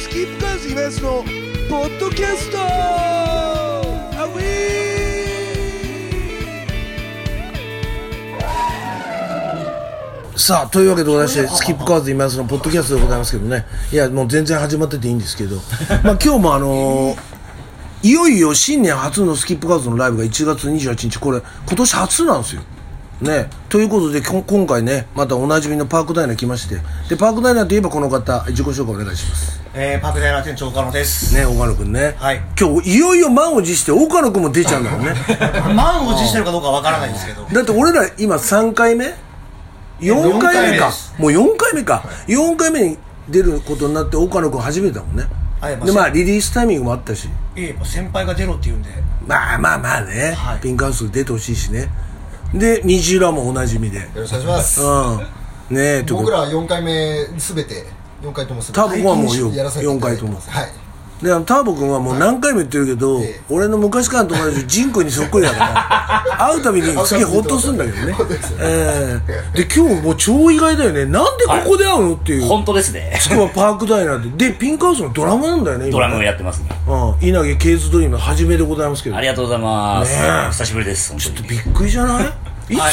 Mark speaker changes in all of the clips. Speaker 1: スキップカーズイベントのポッドキャストアウィーさあというわけでございましてスキップカーズ今そのポッドキャストでございますけどねいやもう全然始まってていいんですけどまあ今日もあのーいよいよ新年初のスキップカーズのライブが1月28日これ今年初なんですよね、ということできょ今回ねまたおなじみのパークダイナー来ましてでパークダイナーといえばこの方自己紹介お願いします
Speaker 2: えー、パークダイナー店長岡 野です。
Speaker 1: ね岡野くんね、
Speaker 2: はい
Speaker 1: 今日いよいよ満を持して岡野くんも出ちゃうんだも んね
Speaker 2: 満を持してるかどうかわからないんですけど。
Speaker 1: だって俺ら今3回目4回目
Speaker 2: 四回目
Speaker 1: か
Speaker 2: です
Speaker 1: もう4回目か4回目に出ることになって岡野くん初めてだもんね
Speaker 2: はいまあ
Speaker 1: でまあリリースタイミングもあったし
Speaker 2: ええ、先輩が出ろって言うんで。
Speaker 1: まあまあまあね、
Speaker 2: はい
Speaker 1: ピンクハウス出てほしいしねで虹色はもうおなじみで
Speaker 3: よろしくお願いします
Speaker 1: うんねえということ
Speaker 3: 僕
Speaker 1: で
Speaker 3: らは4回目すべて4回ともすべて
Speaker 1: タブはもうよ
Speaker 3: やらせていただいてます
Speaker 1: 四
Speaker 3: はい
Speaker 1: であのターボ君はもう何回も言ってるけど、
Speaker 3: ええ
Speaker 1: 俺の昔からの友達ジン君にそっくりだから 会うたびに次ほっとするんだけどね
Speaker 3: 本当ですよ
Speaker 1: ええで今日もう超意外だよねなんでここで会うのっていう
Speaker 4: 本当ですね
Speaker 1: しかもパークダイナーででピンクハウスのドラムなんだよね今
Speaker 4: ドラムをやってますね
Speaker 1: うん稲毛ケーズドリームの初めでございますけど
Speaker 4: ありがとうございます、
Speaker 1: ねえ
Speaker 4: 久しぶりです本
Speaker 1: ちょっ
Speaker 4: 当
Speaker 1: と
Speaker 4: に
Speaker 1: びっくりじゃないいつから、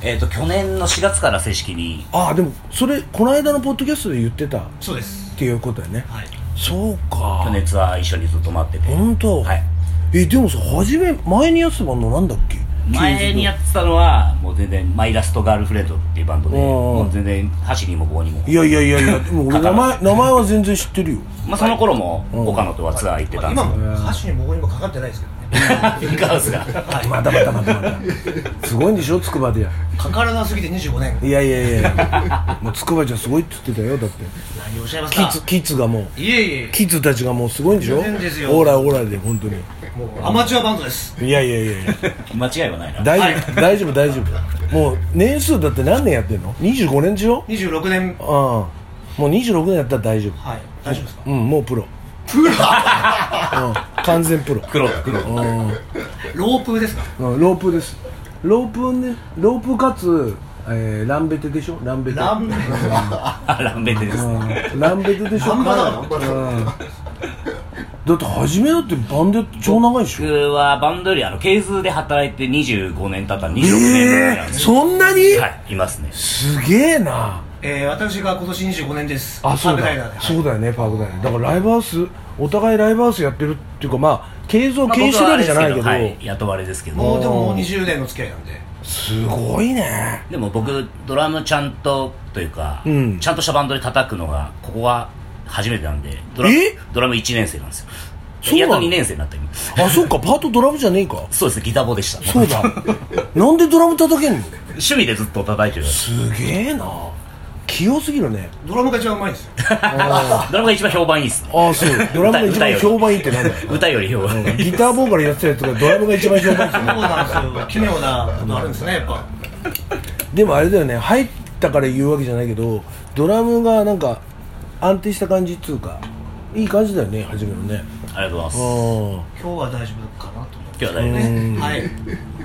Speaker 4: えっ、と去年の4月から正式に
Speaker 1: ああでもそれこの間のポッドキャストで言ってたっ
Speaker 2: そうです。
Speaker 1: ていうことだよね
Speaker 2: はい。
Speaker 1: そう
Speaker 4: 去
Speaker 1: か
Speaker 4: 年ツアー一緒にずっと待ってて
Speaker 1: 本当
Speaker 4: はい
Speaker 1: えでもさ初め前にやってたバンドなんだっけ
Speaker 4: 前にやってたのはもう全然マイラストガールフレンドっていうバンドで
Speaker 1: おー
Speaker 4: もう全然箸にも棒にも
Speaker 1: いやいやいやい や、でも俺名前、名前は全然知ってるよ。
Speaker 4: まあその頃も岡野とはツアー行ってたんで
Speaker 2: 今
Speaker 4: す
Speaker 2: も、箸に僕にもかかってないですけどね。
Speaker 4: けどピンクハウスが
Speaker 1: まだまだまだまだ。すごいんでしょ、つくばでや。
Speaker 2: かからなすぎて25年。
Speaker 1: いやいやい や、もうつくばちゃんすごいって言ってたよ、だって。
Speaker 2: 何をおっしゃいます
Speaker 1: キッ
Speaker 2: か
Speaker 1: ズ、キッズがもう、
Speaker 2: いえい
Speaker 1: キッズたちがもうすごいんでしょ
Speaker 2: 全然ですよ
Speaker 1: オーラオーラで、本当に。
Speaker 2: え、もうアマチュアバンドです。
Speaker 1: いやいやいや いや、
Speaker 4: 間違いはないな
Speaker 1: 大丈夫、大丈夫、大丈夫。もう年数だって何年やってんの ?25 年でしょ
Speaker 2: 26年。
Speaker 1: うん。もう26年やったら大丈夫。
Speaker 2: はい。大丈夫ですか
Speaker 1: うん、もうプロ。プロうん、完全 プロ。
Speaker 4: 黒黒
Speaker 1: うん。
Speaker 2: ロープですか
Speaker 1: うんロープですロープねロープかつ、えー、ランベテでしょランベテ
Speaker 2: ランベ。
Speaker 4: あランベンテです
Speaker 1: うんランベテでしょ
Speaker 2: ランバだ
Speaker 1: うんだって初めだってバンドやって超長いでしょ
Speaker 4: 僕はバンドよりあのケイズで働いて25年経った26年ぐらい
Speaker 1: え
Speaker 4: な
Speaker 1: ー、
Speaker 4: んですよ、
Speaker 1: そんなに、
Speaker 4: はいいますね
Speaker 1: すげえな
Speaker 2: えー、私が今年25年です。
Speaker 1: あそう
Speaker 2: パーク
Speaker 1: だ
Speaker 2: ダイナーで。はい
Speaker 1: そうだよねパークダイナーだからライブハウスお互いライブハウスやってるっていうかまあ継続
Speaker 4: まあ
Speaker 1: 経営してるわけじゃないけど、
Speaker 4: 僕はあれですはい、雇われですけど
Speaker 2: もうでももう20年の付き合いなんで。
Speaker 1: すごいね
Speaker 4: でも僕ドラムちゃんとというか、
Speaker 1: うん
Speaker 4: ちゃんとしたバンドで叩くのがここは初めてなんでドラム
Speaker 1: え
Speaker 4: ドラム1年生なんですよ
Speaker 1: そうな
Speaker 4: やっ
Speaker 1: の
Speaker 4: と2年生になった今
Speaker 1: あそっかパートドラムじゃねえか
Speaker 4: そうですねギターボでした
Speaker 1: そうだなんでドラム叩けんの
Speaker 4: 趣味でずっと叩いてる
Speaker 1: すげえな器用すぎるね
Speaker 2: ドラムが一番うまいんですよ。
Speaker 4: ドラムが一番評判いいっすね
Speaker 1: ああそう ドラムが一番評判いいってなんだ よ
Speaker 4: 歌より評判いい
Speaker 1: ギターボーカルやってたやつがドラムが一番評判いいって
Speaker 2: そう
Speaker 1: ね
Speaker 2: なんですよ。奇妙なことあるんですね、やっぱ。
Speaker 1: でもあれだよね入ったから言うわけじゃないけどドラムがなんか安定した感じっつうかいい感じだよね初めのね
Speaker 4: ありがとうございます
Speaker 1: あ
Speaker 2: 今日は大丈夫かなと思っ
Speaker 4: 今日は大丈夫です
Speaker 2: て。はい。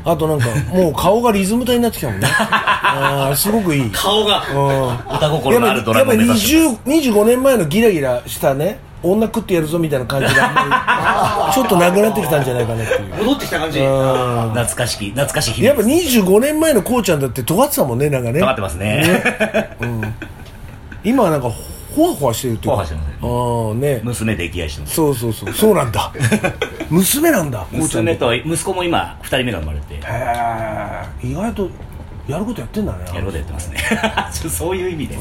Speaker 1: ああとなんかもう顔がリズム体になってきたもんねああすごくいい
Speaker 2: 顔が。
Speaker 1: うん
Speaker 4: 歌
Speaker 1: や
Speaker 4: 心
Speaker 1: っ
Speaker 4: のあ
Speaker 1: ぱ
Speaker 4: るドラムを目
Speaker 1: やっぱ
Speaker 4: 指して
Speaker 1: 20 25年前のギラギラしたね女食ってやるぞみたいな感じがあん まりちょっとなくなってきたんじゃないかなっていう
Speaker 2: 戻ってきた感じ。
Speaker 1: うん
Speaker 4: 懐かしき懐かしい日
Speaker 1: やっぱ
Speaker 4: 々
Speaker 1: 25年前のこうちゃんだって尖ってたもんねなんかね
Speaker 4: 尖ってますね
Speaker 1: 今はなんかほわほわしてるっていうか
Speaker 4: ほわほわしてますね
Speaker 1: ああね
Speaker 4: 娘溺愛してます
Speaker 1: そうそうそうそうなん だ娘なんだこうちゃん
Speaker 4: 娘
Speaker 1: の
Speaker 4: と息子も今2人目が生まれてや
Speaker 1: へえ意外とやることやってんだね
Speaker 4: ることやっ てますね ちょっとそういう意味で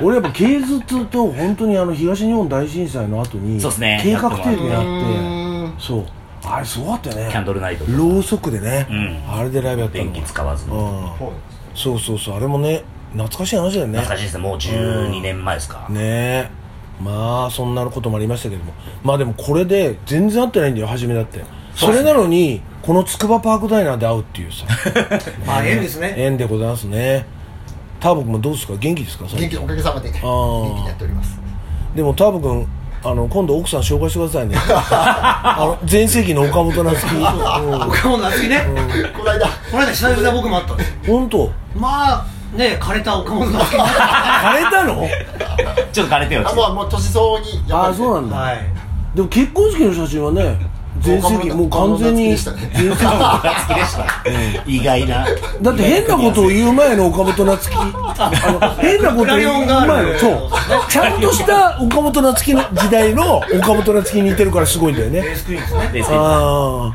Speaker 1: 俺やっぱ経図と本当にあの東日本大震災の後に
Speaker 4: そうっすね
Speaker 1: 計画停電や
Speaker 4: や
Speaker 1: っ
Speaker 4: って
Speaker 1: そうあれすごかったよね
Speaker 4: キャンドルナイトとか
Speaker 1: ろうそくでね、
Speaker 4: うん
Speaker 1: あれでライブやったの
Speaker 4: 電気使わずに
Speaker 1: うんそうそうそうあれもね懐かしい話だよね
Speaker 4: 懐かしいですねもう12年前ですか、
Speaker 1: ねえまあそんなこともありましたけどもまあでもこれで全然会ってないんだよ初めだってそ,、
Speaker 4: そうです
Speaker 1: れ
Speaker 4: ね
Speaker 1: なのにこのつくばパークダイナーで会うっていう さ
Speaker 2: まあ、縁ですね。
Speaker 1: 縁でございますねターボ君もどうですか元気ですか最
Speaker 3: 元
Speaker 1: 近
Speaker 3: 気おかげさまで元気にやっております
Speaker 1: でもターボ君あの今度奥さん紹介してくだ さいねあの全盛期の岡本夏樹うん
Speaker 2: 岡本夏樹ね。
Speaker 3: この間
Speaker 2: この間久々に僕もあったんですよ。
Speaker 1: 本当
Speaker 2: まあ、ね、枯れた岡本夏樹。
Speaker 1: 枯れたの
Speaker 4: ちょっと枯れてよ
Speaker 3: あもうもう年相応にやっぱ
Speaker 1: あ
Speaker 3: り
Speaker 1: あそうなんだ、
Speaker 2: はい
Speaker 1: でも結婚式の写真はね全盛期もう
Speaker 3: 岡
Speaker 1: 完
Speaker 3: 村
Speaker 1: 全に
Speaker 3: 岡村夏樹でしたね
Speaker 1: 全盛期だ
Speaker 4: 好きでした意外な
Speaker 1: って変なことを言う前の岡本夏樹あの変なことを言う前の
Speaker 2: 裏四が
Speaker 1: そう
Speaker 2: あ
Speaker 1: ちゃんとした岡本夏樹の時代の岡本夏樹に似てるからすごいんだよ ね
Speaker 2: ベースクイーンですね
Speaker 4: ですね
Speaker 1: あ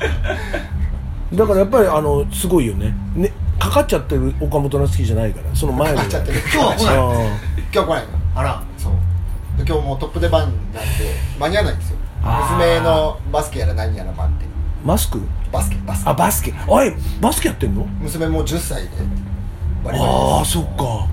Speaker 1: あだからやっぱりあのすごいよねねかかっちゃってる岡本夏樹じゃないからその前の
Speaker 3: かかっちゃってる
Speaker 2: 今日は来ない
Speaker 1: あ
Speaker 3: 今日来ないの
Speaker 2: あら
Speaker 3: そうで今日もうトップ出番なんで間に合わないんですよ娘のバスケやら何やらもあって
Speaker 1: あマスク
Speaker 3: バスケバスケ
Speaker 1: あバスケあいバスケやってんの
Speaker 3: 娘もう10歳でバリバリです
Speaker 1: ああそっか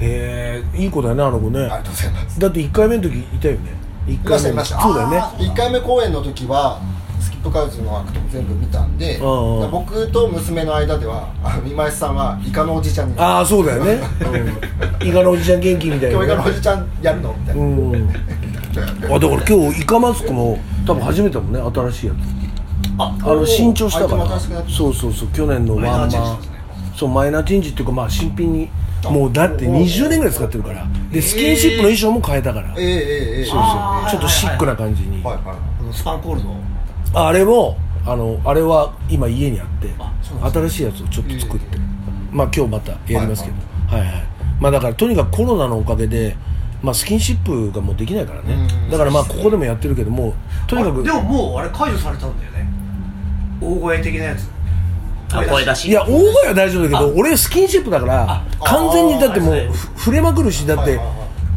Speaker 1: へえいい子だよねあの子ね
Speaker 3: ありがとうございます
Speaker 1: だって1回目の時いたよね1
Speaker 3: いま
Speaker 1: 回
Speaker 3: した
Speaker 1: 目
Speaker 3: いました
Speaker 1: そうだよねあ
Speaker 3: 1回目公演の時はスキップカウズのアクトも全部見たんで
Speaker 1: うんうん
Speaker 3: 僕と娘の間ではあの今井さんはイカのおじちゃんに
Speaker 1: あーそうだよね、うん、イカのおじちゃん元気みたい
Speaker 3: 今日イカの
Speaker 1: な
Speaker 3: お
Speaker 1: ね
Speaker 3: じちゃんやるのみたいな、
Speaker 1: うんあだから今日イカマスクも多分初めてだもんね新しいやつ
Speaker 3: あ
Speaker 1: あの新調したから
Speaker 3: あいつも新しくなった
Speaker 1: そうそうそう去年のワンマ
Speaker 2: マイナーチェン
Speaker 1: ン
Speaker 2: ジですね
Speaker 1: そうマイナーチェンジっていうかまあ新品にもうだって
Speaker 3: おー
Speaker 1: 20年ぐらい使ってるからでスキンシップの衣装も変えたから、
Speaker 3: ええええええ
Speaker 1: そうそ
Speaker 2: あ
Speaker 1: う
Speaker 2: ー
Speaker 1: ちょっとシックな感じに、
Speaker 3: はいはい
Speaker 2: あのスパンコールド
Speaker 1: あれもあのあれは今家にあって
Speaker 2: あそうなん
Speaker 1: 新しいやつをちょっと作って、まあ今日またやりますけどはいはい、まあだからとにかくコロナのおかげでまあスキンシップがもうできないからね
Speaker 3: うん
Speaker 1: だからまあここでもやってるけどもうとにか
Speaker 2: あでも
Speaker 1: く
Speaker 2: もうあれ解除されたんだよね大声的なやつ
Speaker 4: あ声出し
Speaker 1: いや大声は大丈夫だけど俺スキンシップだから完全にだってもう
Speaker 4: あー
Speaker 1: ふ触れまくるしだっ
Speaker 3: はい
Speaker 1: て
Speaker 3: はいはい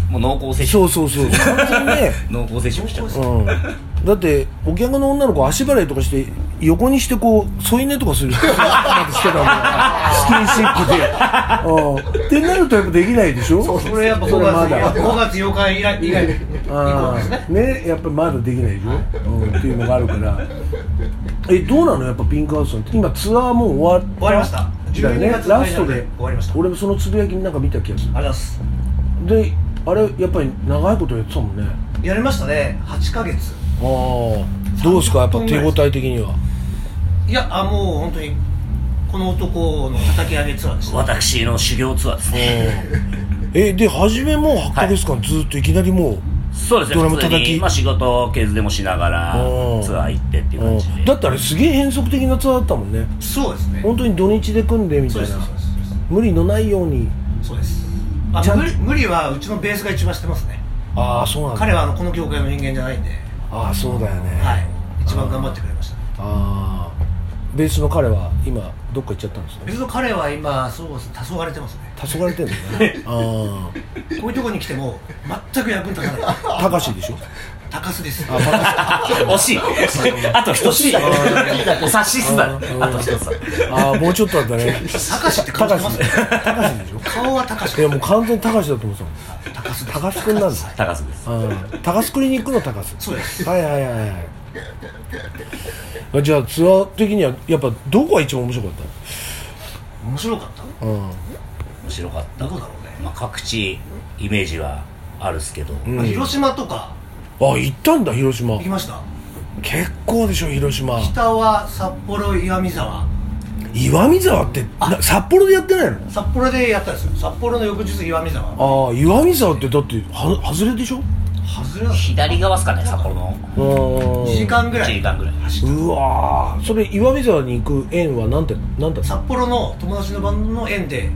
Speaker 4: もう濃厚接
Speaker 1: そ
Speaker 4: 触
Speaker 1: うそうそう完全にね
Speaker 4: 濃厚接触しちゃう
Speaker 1: うんだってお客の女の子足払いとかして横にしてこう添い寝とかするなんてしてたもんスキンシップで、うん、ってなるとやっぱできないでしょ
Speaker 2: これやっぱ
Speaker 1: そ
Speaker 2: 5
Speaker 1: れま
Speaker 2: 月
Speaker 1: だ
Speaker 2: 5月8日 以来以来以降ですね
Speaker 1: うんねやっぱりまだできないでしょ、うん、っていうのがあるからえどうなのやっぱピンクハウスさんって今ツアーもう終わ
Speaker 2: 終わりました
Speaker 1: だよね
Speaker 2: 12月
Speaker 1: ラストで
Speaker 2: 終わりました
Speaker 1: 俺もそのつぶやきになんか見た気がする
Speaker 2: ありがとうございます
Speaker 1: であれやっぱり長いことやってたもんね
Speaker 2: やりましたね8ヶ月
Speaker 1: ああどうですかやっぱ手応え的にはい
Speaker 2: やあもう本当にこの男の叩き上げツアーでした
Speaker 4: 私の修行ツアーですね
Speaker 1: えで初めもう8ヶ月間ずっといきなりもう、
Speaker 4: そうですね
Speaker 1: ドラム
Speaker 4: 普通に
Speaker 1: 叩き
Speaker 4: まあ仕事をケーズでもしながら
Speaker 1: おー
Speaker 4: ツアー行ってっていう
Speaker 1: う
Speaker 4: 感
Speaker 1: ん
Speaker 4: じで
Speaker 1: だってあれすげえ変則的なツアーだったもんね
Speaker 2: そうですね
Speaker 1: 本当に土日で組んでみ
Speaker 2: そ
Speaker 1: た
Speaker 2: うで
Speaker 1: い
Speaker 2: す
Speaker 1: な
Speaker 2: そうですそうです
Speaker 1: 無理のないように
Speaker 2: そうですあ
Speaker 1: ちゃん
Speaker 2: 無理無理はうちのベースが一番してますね
Speaker 1: ああそうなんだ
Speaker 2: 彼はあのこの業界の人間じゃないんで、
Speaker 1: ああそうだよね
Speaker 2: はい、一番頑張ってくれました
Speaker 1: ああベースの彼は今どっか行っちゃったんですね
Speaker 2: 別の彼は今そうです黄昏れてますね
Speaker 1: 黄昏れてんだ ねあ
Speaker 2: こういうとこに来ても全く役に立た ない
Speaker 1: あ高しでしょ
Speaker 2: 高須です
Speaker 4: 惜しいあと一つお察しすだ
Speaker 1: うん
Speaker 4: あと一つだ
Speaker 1: ああもうちょっとだったね
Speaker 2: 高須って顔してますね
Speaker 1: 高しでしょ
Speaker 2: 顔は高
Speaker 1: いや
Speaker 2: 須
Speaker 1: もう完全に高しだと思ってたもん
Speaker 2: 高須です
Speaker 1: 高須くんなんだ
Speaker 4: 高須です
Speaker 1: うん高須クリニックの高須
Speaker 2: そうです
Speaker 1: はいはいはいはいじゃあツアー的にはやっぱどこが一番面白かっ
Speaker 2: 面白かった
Speaker 1: たうん
Speaker 4: 面白かった
Speaker 2: どこだろうね
Speaker 4: まあ各地イメージはあるっすけど
Speaker 1: うん
Speaker 2: まあ広島とか
Speaker 1: あ行ったんだ広島
Speaker 2: 行きました
Speaker 1: 結構でしょ広島
Speaker 2: 北は札幌岩見沢
Speaker 1: 岩見沢ってな札幌でやってないの
Speaker 2: 札幌でやったんですよ札幌の翌日岩見沢
Speaker 1: ああ岩見沢ってだっては外れでしょ
Speaker 2: 外れだ
Speaker 4: 左側っすかね札幌の
Speaker 1: う
Speaker 2: 1時間ぐら
Speaker 4: 1時
Speaker 2: い
Speaker 4: 間ぐらいう
Speaker 1: わーそれ岩見沢に行く縁は何て何だった
Speaker 2: 札
Speaker 1: の
Speaker 2: 幌の友達のバンドの縁で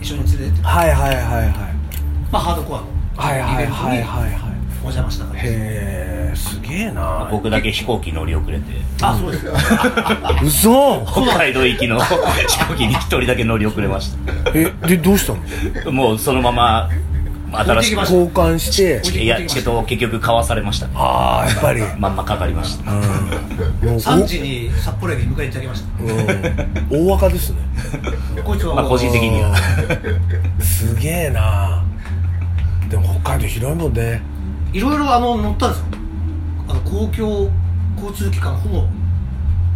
Speaker 2: 一緒に連れてって、
Speaker 1: はいはいはいはい
Speaker 2: まあ、ハードコアの
Speaker 1: はいはいはい
Speaker 2: イベントに
Speaker 1: はいはい
Speaker 2: お邪魔したから
Speaker 1: へえすげえな
Speaker 4: 僕だけ飛行機乗り遅れて
Speaker 2: あそうです
Speaker 1: 嘘
Speaker 4: 北海道行きの飛行機に一人だけ乗り遅れまし
Speaker 1: えでどうしたの
Speaker 4: たもうそのまま新し
Speaker 2: 行って
Speaker 4: く
Speaker 1: 交換して
Speaker 2: きました
Speaker 4: いやチケットを結局買わされましたね
Speaker 1: ああやっぱり
Speaker 4: まんまかかりました
Speaker 1: もう
Speaker 2: 3時に札幌駅に迎えに行ってあげまし
Speaker 1: おうん大赤ですね
Speaker 2: たこいつは
Speaker 4: まあ個人的には
Speaker 1: うんすげえなでも北海道広いもんね
Speaker 2: いろいろあの乗ったんですよあの公共交通機関ほ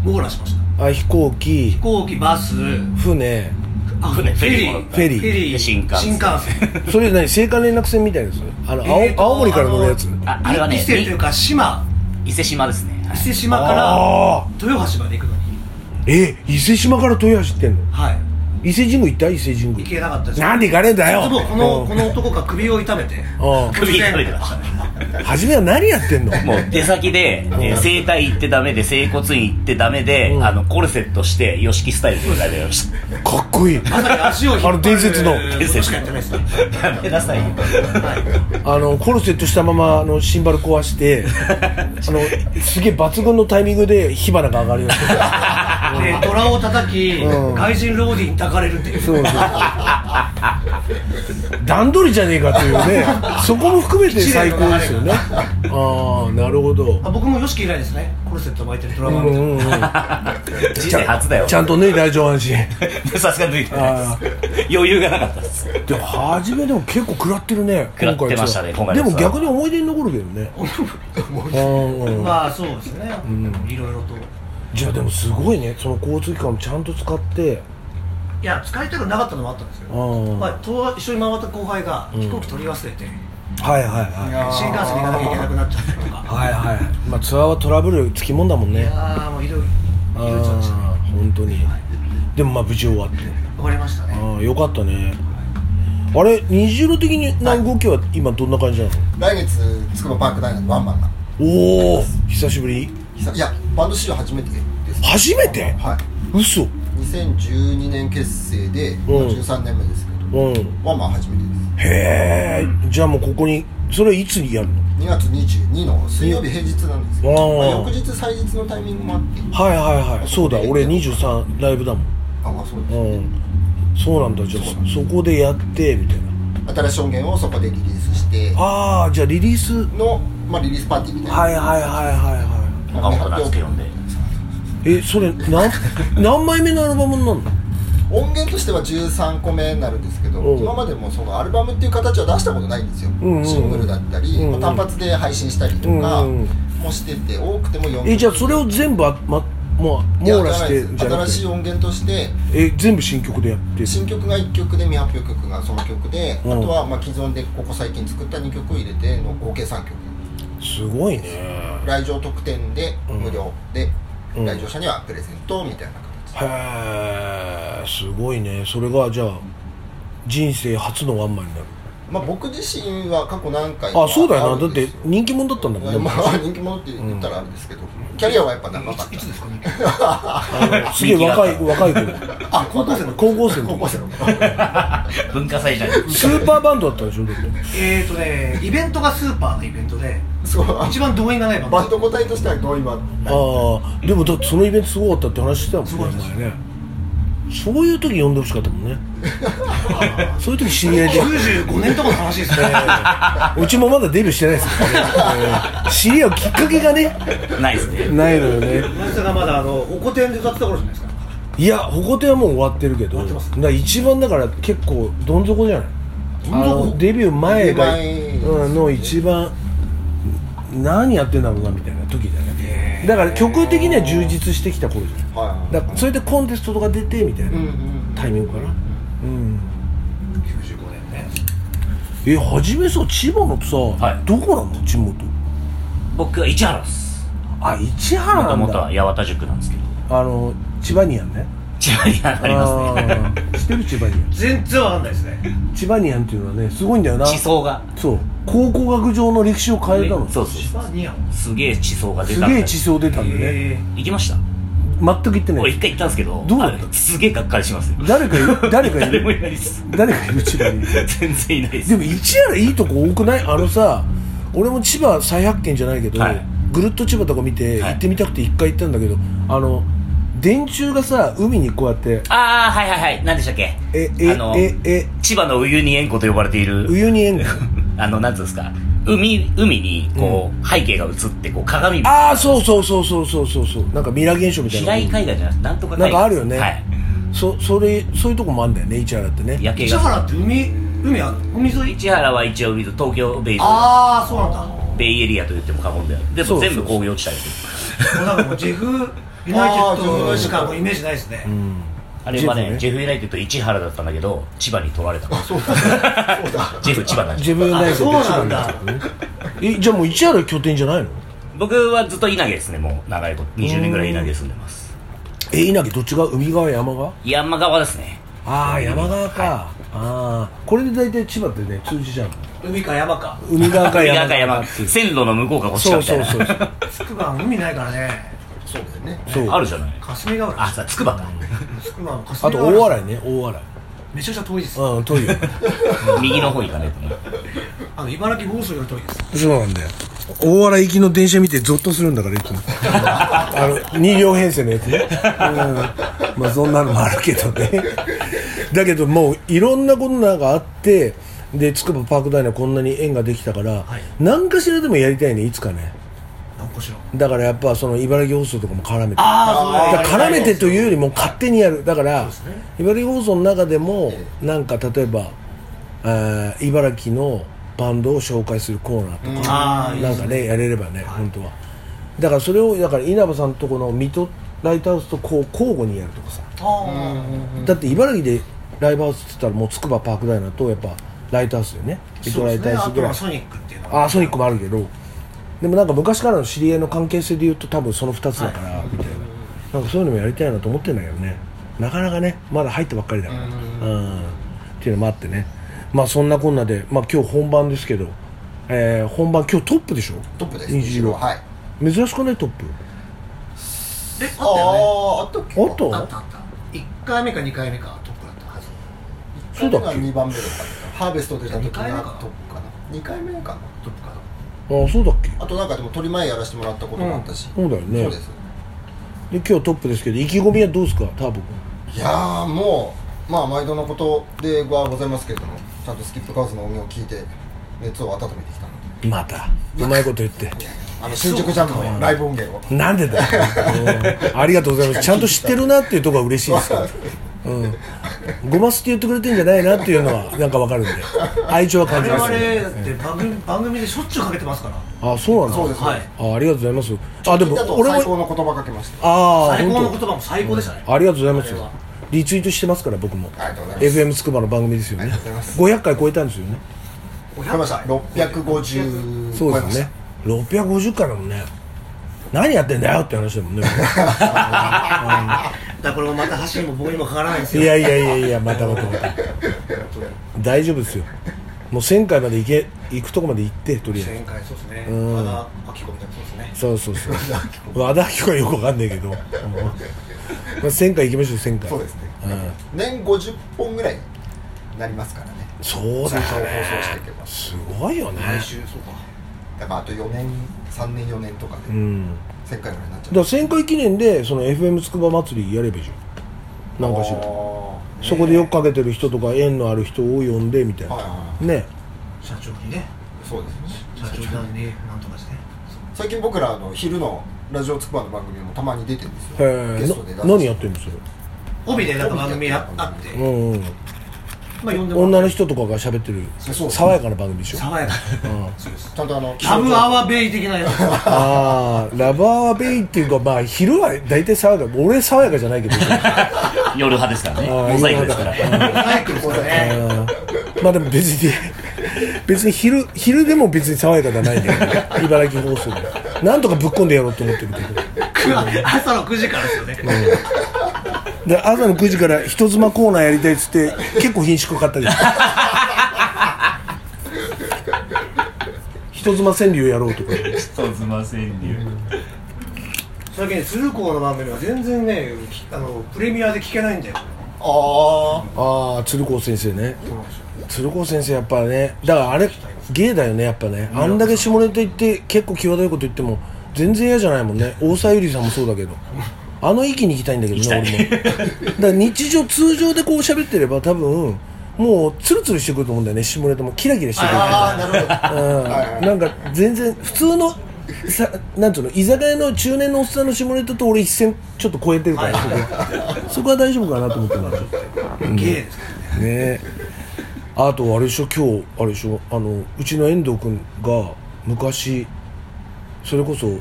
Speaker 2: ぼ網羅しました
Speaker 1: あ飛行機
Speaker 2: 飛行機バス
Speaker 1: 船
Speaker 2: あ
Speaker 4: 船
Speaker 2: フェリー
Speaker 1: フェリー
Speaker 4: 新幹線
Speaker 2: 新幹線
Speaker 1: それ何青函連絡船みたいなやつあの、
Speaker 2: えーと
Speaker 1: 青青森から乗るやつ
Speaker 2: の
Speaker 4: ああれはね
Speaker 2: 伊勢というか島
Speaker 4: 伊勢島ですねは
Speaker 2: 伊
Speaker 4: い
Speaker 2: 勢島から
Speaker 1: ああ
Speaker 2: 豊橋まで行くのに
Speaker 1: え伊勢島から豊橋行ってんの
Speaker 2: はい
Speaker 1: 伊勢神宮行った伊勢神
Speaker 2: 行
Speaker 1: 宮
Speaker 2: けなかったです
Speaker 1: なんで行かねえんだよ
Speaker 2: でもこのこの男が首を痛めて
Speaker 1: うんうん
Speaker 4: 首痛めてました
Speaker 1: 初めは何やってん の
Speaker 4: もう出先で、えー整体行ってダメで整骨院行ってダメで、あのコルセットして y o スタイルでございました
Speaker 1: かっこいい
Speaker 2: まさに足を引っ張
Speaker 1: あ
Speaker 2: る
Speaker 1: の伝説の
Speaker 2: ことしかやってないですね
Speaker 4: やめなさいよ
Speaker 1: あのコルセットしたままあのシンバル壊して あのすげえ抜群のタイミングで火花が上がるよ
Speaker 2: で虎を叩き、
Speaker 1: うん
Speaker 2: 外人ローディーに抱かれるっていう
Speaker 1: そうそう段取りじゃねえかというねそこも含めて最高ですよねああなるほど
Speaker 2: あ僕も YOSHIKI 以来ですねコルセット巻いてる虎
Speaker 1: う
Speaker 2: マ
Speaker 1: ん
Speaker 2: ンみたいな
Speaker 1: うんうん
Speaker 4: 人生初だよ
Speaker 1: ちゃんと脱いだ上半身
Speaker 4: さすがに脱いでないです余裕がなかったです
Speaker 1: でも初めでも結構食らってるね
Speaker 4: 食らってましたね
Speaker 1: 今回
Speaker 4: 今回の
Speaker 1: で
Speaker 4: やつ
Speaker 1: も逆
Speaker 4: は
Speaker 1: に思い出に残るけどねうんうん
Speaker 2: まあそうですね、いろいろと
Speaker 1: じゃあでもすごいねその交通機関もちゃんと使って
Speaker 2: いや使いたくなかったのもあったんですけど、
Speaker 1: うん
Speaker 2: まあ、と一緒に回った後輩が飛行機取り忘れて、
Speaker 1: はいはいはい
Speaker 2: 新幹線に行かなきゃいけなくなっちゃったりとか
Speaker 1: はいはいまあツアーはトラブルつきもんだもん
Speaker 2: い
Speaker 1: ね
Speaker 2: やーもういろいろ
Speaker 1: あ
Speaker 2: いろいろちょっとしたね
Speaker 1: あ本当にでもまあ無事終わって
Speaker 2: わかりましたね
Speaker 1: ああよかったねあれ虹色的な動きは今どんな感じなの
Speaker 3: 来月つくばパーク大学ワンマンが
Speaker 1: おお久しぶり
Speaker 3: 久いやバンド史上初めてです
Speaker 1: 初めて
Speaker 3: はい
Speaker 1: 嘘
Speaker 3: 2012年結成で、
Speaker 1: うん
Speaker 3: 13年目ですけど
Speaker 1: うん
Speaker 3: ワンマン初めてです
Speaker 1: へえじゃあもうここにそれはいつにやるの
Speaker 3: 2月22の水曜日平日なんですけど、
Speaker 1: うん
Speaker 3: まあ、翌日祭日のタイミングもあって
Speaker 1: はいはいはいそうだ俺23ライブだも
Speaker 3: あまあそうです、
Speaker 1: んうんそうなんだじゃあそこでやってみたいな
Speaker 3: 新しい音源をそこでリリースして
Speaker 1: ああじゃあリリース
Speaker 3: の、まあ、リリースパーティーみたいな、
Speaker 1: はいはいはいはいはい
Speaker 4: 岡本夏樹呼んで
Speaker 1: えそれ何何枚目のアルバムになるの
Speaker 3: 音源としては13個目になるんですけど、
Speaker 1: うん
Speaker 3: 今までもそのアルバムっていう形は出したことないんですよ、
Speaker 1: んうん
Speaker 3: シングルだったり、
Speaker 1: うんうん
Speaker 3: まあ単発で配信したりとか
Speaker 1: うんうん
Speaker 3: もしてて多くても4
Speaker 1: えじゃあそれを全部あ、ま、もう
Speaker 3: いや
Speaker 1: 網羅して
Speaker 3: じ
Speaker 1: じ
Speaker 3: ゃ
Speaker 1: ゃな
Speaker 3: ないで
Speaker 1: く
Speaker 3: す新しい
Speaker 1: て
Speaker 3: 音源として
Speaker 1: え全部新曲でやってる
Speaker 3: 新曲が1曲で未発表曲がその曲で、
Speaker 1: うん
Speaker 3: あとはまあ既存でここ最近作った2曲を入れての合計3曲
Speaker 1: すごいね
Speaker 3: 来場特典で
Speaker 1: うん
Speaker 3: 無料で、
Speaker 1: うん
Speaker 3: 来場者にはプレゼントみたいな形
Speaker 1: へえすごいねそれがじゃあ人生初のワンマンになる
Speaker 3: まあ僕自身は過去何回か
Speaker 1: あそうだよな
Speaker 3: ある
Speaker 1: だっ
Speaker 3: んで
Speaker 1: て
Speaker 3: すよ
Speaker 1: 人気者だったんだもんね、
Speaker 3: まあ人気者って言ったらあれですけど、キャリアはやっぱ長かった
Speaker 2: いつですかね
Speaker 1: あのすげえ若い若い子
Speaker 2: あ高校生の
Speaker 1: 高校生の
Speaker 3: 高
Speaker 1: 時
Speaker 3: 校生の頃
Speaker 4: 文化祭じゃない
Speaker 1: スーパーバンドだったでしょだって
Speaker 2: えーとねイベントがスーパーのイベントで
Speaker 3: そう
Speaker 2: 一番動員がないバンド
Speaker 3: バンド個体としてはどう今
Speaker 1: ああでもだってそのイベントすごかったって話してたもんね
Speaker 2: すごいです
Speaker 1: 前ねそういう時呼んでほしかったもん ねそういう時知り合いで
Speaker 2: 95年とかの話です ね
Speaker 1: うちもまだデビューしてないですからね、えー知り合うきっかけがね
Speaker 4: ないですね
Speaker 1: ないのよね
Speaker 2: 村瀬さんがまだあのおこてんで歌ってた頃じゃないですか
Speaker 1: いやホコ天はもう終わってるけど
Speaker 2: ってます
Speaker 1: だから一番だから結構どん底じゃないあのデビュー前が
Speaker 3: デビュー前
Speaker 1: うんの一番何やってんだろうなみたいな時だねだから曲的には充実してきた頃じゃない
Speaker 3: はい
Speaker 1: だからそれでコンテストとか出てみたいな
Speaker 3: うんうん
Speaker 1: タイミングかなうん
Speaker 2: 95年ね
Speaker 1: え初めさ千葉のさ、
Speaker 4: はい
Speaker 1: どこなの地元
Speaker 4: 僕は市原です
Speaker 1: あ市
Speaker 4: も
Speaker 1: 原な
Speaker 4: と
Speaker 1: ん
Speaker 4: もと
Speaker 1: だ
Speaker 4: は八幡塾なんですけど
Speaker 1: あの千葉にやんね
Speaker 4: 千葉にありますね
Speaker 1: あー知ってる千葉ニア
Speaker 2: 全然わかんないですね
Speaker 1: ン千葉ニアンっていうのはねすごいんだよな
Speaker 4: 地層が
Speaker 1: そう考古学上の歴史を変えたの、
Speaker 4: そうそう
Speaker 2: 千葉ニアン
Speaker 4: すげえ地層が出
Speaker 1: す
Speaker 4: たん
Speaker 1: げえ
Speaker 4: で
Speaker 1: 地層出たんでね
Speaker 2: え
Speaker 4: 行きました
Speaker 1: 全く行ってな
Speaker 4: 俺
Speaker 1: い
Speaker 4: 一回行ったんですけど
Speaker 1: どうだった
Speaker 4: あれすげえがっかりしますよ
Speaker 1: 誰かいる 誰かい
Speaker 4: 誰もい
Speaker 1: る
Speaker 4: ないです
Speaker 1: 誰かいる千葉に
Speaker 4: 全然いないです
Speaker 1: でも市原いいとこ多くないあのさ俺も千葉再発見じゃないけど、
Speaker 4: はい
Speaker 1: ぐるっと千葉とか見て
Speaker 4: は
Speaker 1: 行
Speaker 4: い
Speaker 1: ってみたくて一回行ったんだけど、あの電柱がさ海にこうやって
Speaker 4: ああはいはいはい何でしたっけ
Speaker 1: ええ
Speaker 4: あの
Speaker 1: ええ
Speaker 4: 千葉のウユニ塩湖と呼ばれている
Speaker 1: ウユニ塩 湖
Speaker 4: あのなんつうんですか海海にこう、背景が映ってこう鏡みたい
Speaker 1: ああそうそうそうそうそうそうそうなんかミラー現象みたいな
Speaker 4: な平井海岸じゃなくてなんとか海岸
Speaker 1: なんかあるよね、
Speaker 4: はい
Speaker 1: そそれそういうとこもあんだよね市原ってね
Speaker 4: 夜
Speaker 2: え
Speaker 4: 景
Speaker 2: 市
Speaker 4: が
Speaker 2: 原って海海ある海沿い
Speaker 4: 市原は一応海と東京ベイ
Speaker 2: ああそうなん
Speaker 4: ベイエリアと言っても過言ではで
Speaker 1: そう
Speaker 4: も
Speaker 1: そう
Speaker 4: 全部工業地帯です
Speaker 2: だもうなんかもうジェフユナイテッドしかもうイメージないですね
Speaker 4: あれはねジェ
Speaker 1: ジェフね
Speaker 4: フユナイテッド市原だったんだけど千葉に取られたそうだ ジェフ千葉なんです
Speaker 1: 自分ない
Speaker 2: そうなんだ
Speaker 1: えじゃあもう市原拠点じゃないの
Speaker 4: 僕はずっと稲毛ですねもう長いこと20年ぐらい稲毛住んでます
Speaker 1: え稲城どっちが海側山側
Speaker 4: 山側ですね
Speaker 1: ああ山側か、ああこれで大体千葉ってね通じちゃうの
Speaker 2: 海か山か
Speaker 1: 海側か
Speaker 4: 海
Speaker 1: 山
Speaker 4: 側か山
Speaker 1: 側
Speaker 4: か
Speaker 1: っていう
Speaker 4: 線路の向こうかこっちか
Speaker 1: そう
Speaker 4: みたい
Speaker 1: そう
Speaker 4: な
Speaker 1: そうそう
Speaker 2: つくば海ないからねそうだよね
Speaker 1: そう
Speaker 4: あるじゃない
Speaker 2: 霞ヶ浦
Speaker 4: あさつくばか
Speaker 2: つくばの
Speaker 1: あ
Speaker 2: 霞ヶ
Speaker 1: と
Speaker 2: 浦
Speaker 1: 大洗ね大洗
Speaker 2: めちゃくちゃ遠いです
Speaker 1: うん遠いよ
Speaker 4: 右の方行かねえとね
Speaker 2: あの茨城放送より遠いです
Speaker 1: そうなんだよ大洗行きの電車見てゾッとするんだからいつ もあの2両編成のやつね、うん、まあそんなのもあるけどねだけどもういろんなことなんかあってでつくばパークダイナーこんなに縁ができたから、
Speaker 2: はい
Speaker 1: 何かしらでもやりたいねいつかね
Speaker 2: 何個しろ
Speaker 1: だからやっぱその茨城放送とかも絡めて
Speaker 2: あ
Speaker 1: だから絡めてというよりも勝手にやるだから、
Speaker 2: すね
Speaker 1: 茨城放送の中でもなんか例えば、えー茨城のバンドを紹介するコーナーとか、
Speaker 2: あ
Speaker 1: なんかねやれればね、本当はだからそれをだから稲葉さんとこの水戸ライトハウスとこう交互にやるとかさ、
Speaker 2: あ
Speaker 1: だって茨城でライブハウスって言ったらもうつくばパークダイナーとやっぱライトハウスだよね水
Speaker 2: そ
Speaker 1: 戸
Speaker 2: う
Speaker 1: ラ
Speaker 2: で
Speaker 1: イ
Speaker 2: す
Speaker 1: ト
Speaker 2: ね
Speaker 1: ハ
Speaker 2: あ
Speaker 1: ウスぐ
Speaker 2: と
Speaker 1: らい
Speaker 2: はソニックっていうの
Speaker 1: あ
Speaker 2: は
Speaker 1: あソニックもあるけどでもなんか昔からの知り合いの関係性でいうと多分その2つだから、みたいななんかそういうのもやりたいなと思ってんだけどねなかなかねまだ入ったばっかりだからうんっていうのもあってねまあそんなこんなで、まあ、今日本番ですけど、えー本番今日トップでしょ
Speaker 3: トップです
Speaker 1: 25
Speaker 3: はい
Speaker 1: 珍しくないトップ
Speaker 2: えあったよね
Speaker 3: あああったっけ
Speaker 1: おっと
Speaker 2: あったあった1回目か2回目かトップだったはず
Speaker 1: そうだっけ
Speaker 3: 2番目だったハーベスト出た時が
Speaker 2: 二回目かな
Speaker 3: トップかな2回目かな
Speaker 2: トップか
Speaker 1: ああそうだっけ
Speaker 3: あとなんかでも取り前やらせてもらったこともあったし、
Speaker 1: うんそうだよね
Speaker 3: そうです
Speaker 1: で今日トップですけど意気込みはどうですかターボ君
Speaker 3: いやーもうまあ毎度のことではございますけれどもちゃんとスキップカウスの音源を聞いて熱を温めてきたので
Speaker 1: またうまいこと言って
Speaker 3: あの新宿ジャムのライブ音源を
Speaker 1: なんでだよ、うんありがとうございますちゃんと知ってるなっていうところが嬉しいですから、うん、ごますって言ってくれてんじゃないなっていうのはなんかわかるんで愛情は感じます
Speaker 2: 我々だって番組番組でしょっちゅうかけてますから
Speaker 1: あそうな
Speaker 3: そ
Speaker 1: の
Speaker 3: うです
Speaker 2: はい
Speaker 1: あありがとうございますあで
Speaker 3: 聞い
Speaker 1: も
Speaker 3: たと
Speaker 1: 俺
Speaker 3: 最高
Speaker 1: は
Speaker 3: の言葉かけました
Speaker 1: ああ
Speaker 2: 最高の
Speaker 1: 本
Speaker 2: 言葉も最高でしたね
Speaker 1: 当ありがとうございます
Speaker 2: あれは
Speaker 1: リツイートしてますから僕も
Speaker 3: ありがとうございます
Speaker 1: FM つくばの番組ですよね
Speaker 3: とうございます
Speaker 1: 500回超えたんですよね
Speaker 3: 超えました650
Speaker 1: そうです
Speaker 3: 超え
Speaker 1: ね650回だもんね何やってんだよって話だもんね
Speaker 2: だからこれもまた走りも僕にもかからないんです
Speaker 1: い
Speaker 2: よ
Speaker 1: やいやいやいやまたまたまた大丈夫ですよもう1000回まで行け行くとこまで行ってとりあえ
Speaker 2: 前回そうですね
Speaker 1: ん
Speaker 2: 和田アキ子みたいなそうですね
Speaker 1: ずそうそうそう和田アキ子はよくわかんないけど、うんまあ、1000回行きましょう1000回
Speaker 3: そうですね年50本ぐらいになりますからね
Speaker 1: うん、そうだ
Speaker 3: 通
Speaker 1: よ
Speaker 3: 常放送
Speaker 1: ね
Speaker 3: していけば
Speaker 1: すごいよね
Speaker 2: 来週そうか
Speaker 3: だからあと4年3年4年とかで
Speaker 1: うん
Speaker 3: 1000回ぐらいになっち
Speaker 1: だ
Speaker 3: ゃ
Speaker 1: から1000回記念でその FM つくば祭りやればいいじゃん
Speaker 3: う
Speaker 1: なんかしらそこでよくかけてる人とか縁のある人を呼んでみたい
Speaker 3: はい
Speaker 1: な
Speaker 3: は
Speaker 1: ね
Speaker 2: 社長にね
Speaker 3: いそうですね
Speaker 2: 社長さんになんとかして
Speaker 3: 最近僕らあの昼のラジオつくばの番組もたまに出てるんです
Speaker 1: へ
Speaker 3: よゲ
Speaker 1: え
Speaker 3: ストで
Speaker 1: な何やってんのそれ
Speaker 2: 帯でなんか番組やあって
Speaker 1: うんうん
Speaker 2: まあ呼んでも
Speaker 1: 女
Speaker 2: ら
Speaker 1: の
Speaker 2: っ
Speaker 1: 人とかが喋ってる
Speaker 3: そうそう
Speaker 1: 爽やかな番組でしてょ
Speaker 2: 爽やかそうです
Speaker 3: ちゃんとあの
Speaker 2: ラブアワーベイ的な やつ
Speaker 1: ああラバーベイっていうかまあ昼は大体爽やか俺爽やかじゃないけど
Speaker 4: 夜派ですからね
Speaker 1: あー
Speaker 4: モザイクですから
Speaker 1: 夜
Speaker 2: 早くこれね
Speaker 1: あーまあでも別に別に昼昼でも別に爽やかじゃないんだよね茨城放送でなんとかぶっ込んでやろうと思ってるけど
Speaker 2: 朝の9時からですよね、
Speaker 1: で朝の9時から人妻コーナーやりたいっつって結構品種かかったけど人妻川柳やろうとか
Speaker 4: 人妻川柳
Speaker 2: 最近ね鶴光の番組は全然ねきあのプレミアで聞けないんだよ
Speaker 3: あ
Speaker 1: ああ鶴光先生ね鶴光先生やっぱねだからあれ芸だよねやっぱねあんだけ下ネタ言って結構際どいこと言っても全然嫌じゃないもんね大沢友里さんもそうだけどあの域に行きたいんだけどね俺もだから日常通常でこう喋ってれば多分もうツルツルしてくると思うんだよね下ネタもキラキラしてくる
Speaker 3: ああなるほどはいは
Speaker 1: う
Speaker 3: い
Speaker 1: んなんか全然普通のさなんつうの居酒屋の中年のおっさんの下ネタと俺一線ちょっと超えてるから、そこは大丈夫かなと思ってます
Speaker 2: 芸ですか
Speaker 1: ねえあとあれでしょ今日あれでしょあのうちの遠藤君が昔それこそ、え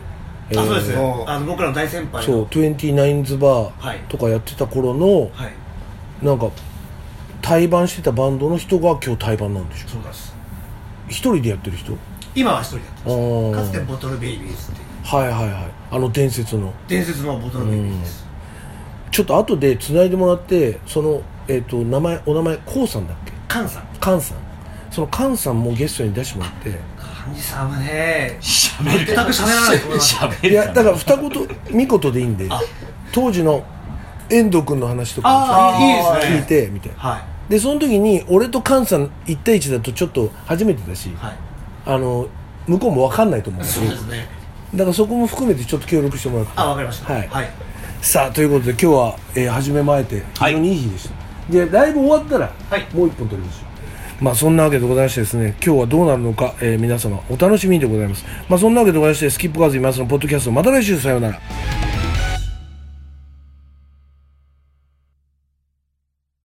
Speaker 2: ら、あそうです
Speaker 3: うん
Speaker 2: あの僕らの大先輩
Speaker 1: そう
Speaker 2: の
Speaker 1: 29ズバ
Speaker 2: はい
Speaker 1: ーとかやってた頃の、
Speaker 2: はい
Speaker 1: なんか対バンしてたバンドの人が今日対バンなんでしょ
Speaker 2: そうです
Speaker 1: 一人でやってる人
Speaker 2: 今は一人だったん
Speaker 1: おー
Speaker 2: ですかつてボトルベイビーズっていう
Speaker 1: はいはいはいあの伝説の
Speaker 2: 伝説のボトルベイビーズ
Speaker 1: ちょっと後でつないでもらってその、ええっと名前お名前こうさんだっけ
Speaker 2: 菅さん
Speaker 1: カンさんそのカンさんもゲストに出してもらって
Speaker 2: 菅さんはね
Speaker 4: しゃべる
Speaker 2: 全く喋らないと思います
Speaker 4: しゃべ
Speaker 1: い
Speaker 4: るか
Speaker 1: や
Speaker 4: な
Speaker 1: だから二 言三言でいいんで当時の遠藤君の話とか
Speaker 2: ああいいですね
Speaker 1: 聞いてみたいな
Speaker 2: はい
Speaker 1: でその時に俺とカンさん1対1だとちょっと初めてだし、
Speaker 2: はい
Speaker 1: あの向こうも分かんないと思う
Speaker 2: そうですね
Speaker 1: だからそこも含めてちょっと協力してもらって
Speaker 2: あわかりました
Speaker 1: はい
Speaker 2: はい
Speaker 1: さあということで今日は、えー初めまえて非
Speaker 4: はい
Speaker 1: 常にいい日でした、でライブ終わったら、
Speaker 2: はい
Speaker 1: もう一本撮りましょうまあそんなわけでございましてですね今日はどうなるのか、えー皆様お楽しみでございますまあそんなわけでございましてスキップカーズ今そのポッドキャストまた来週さようなら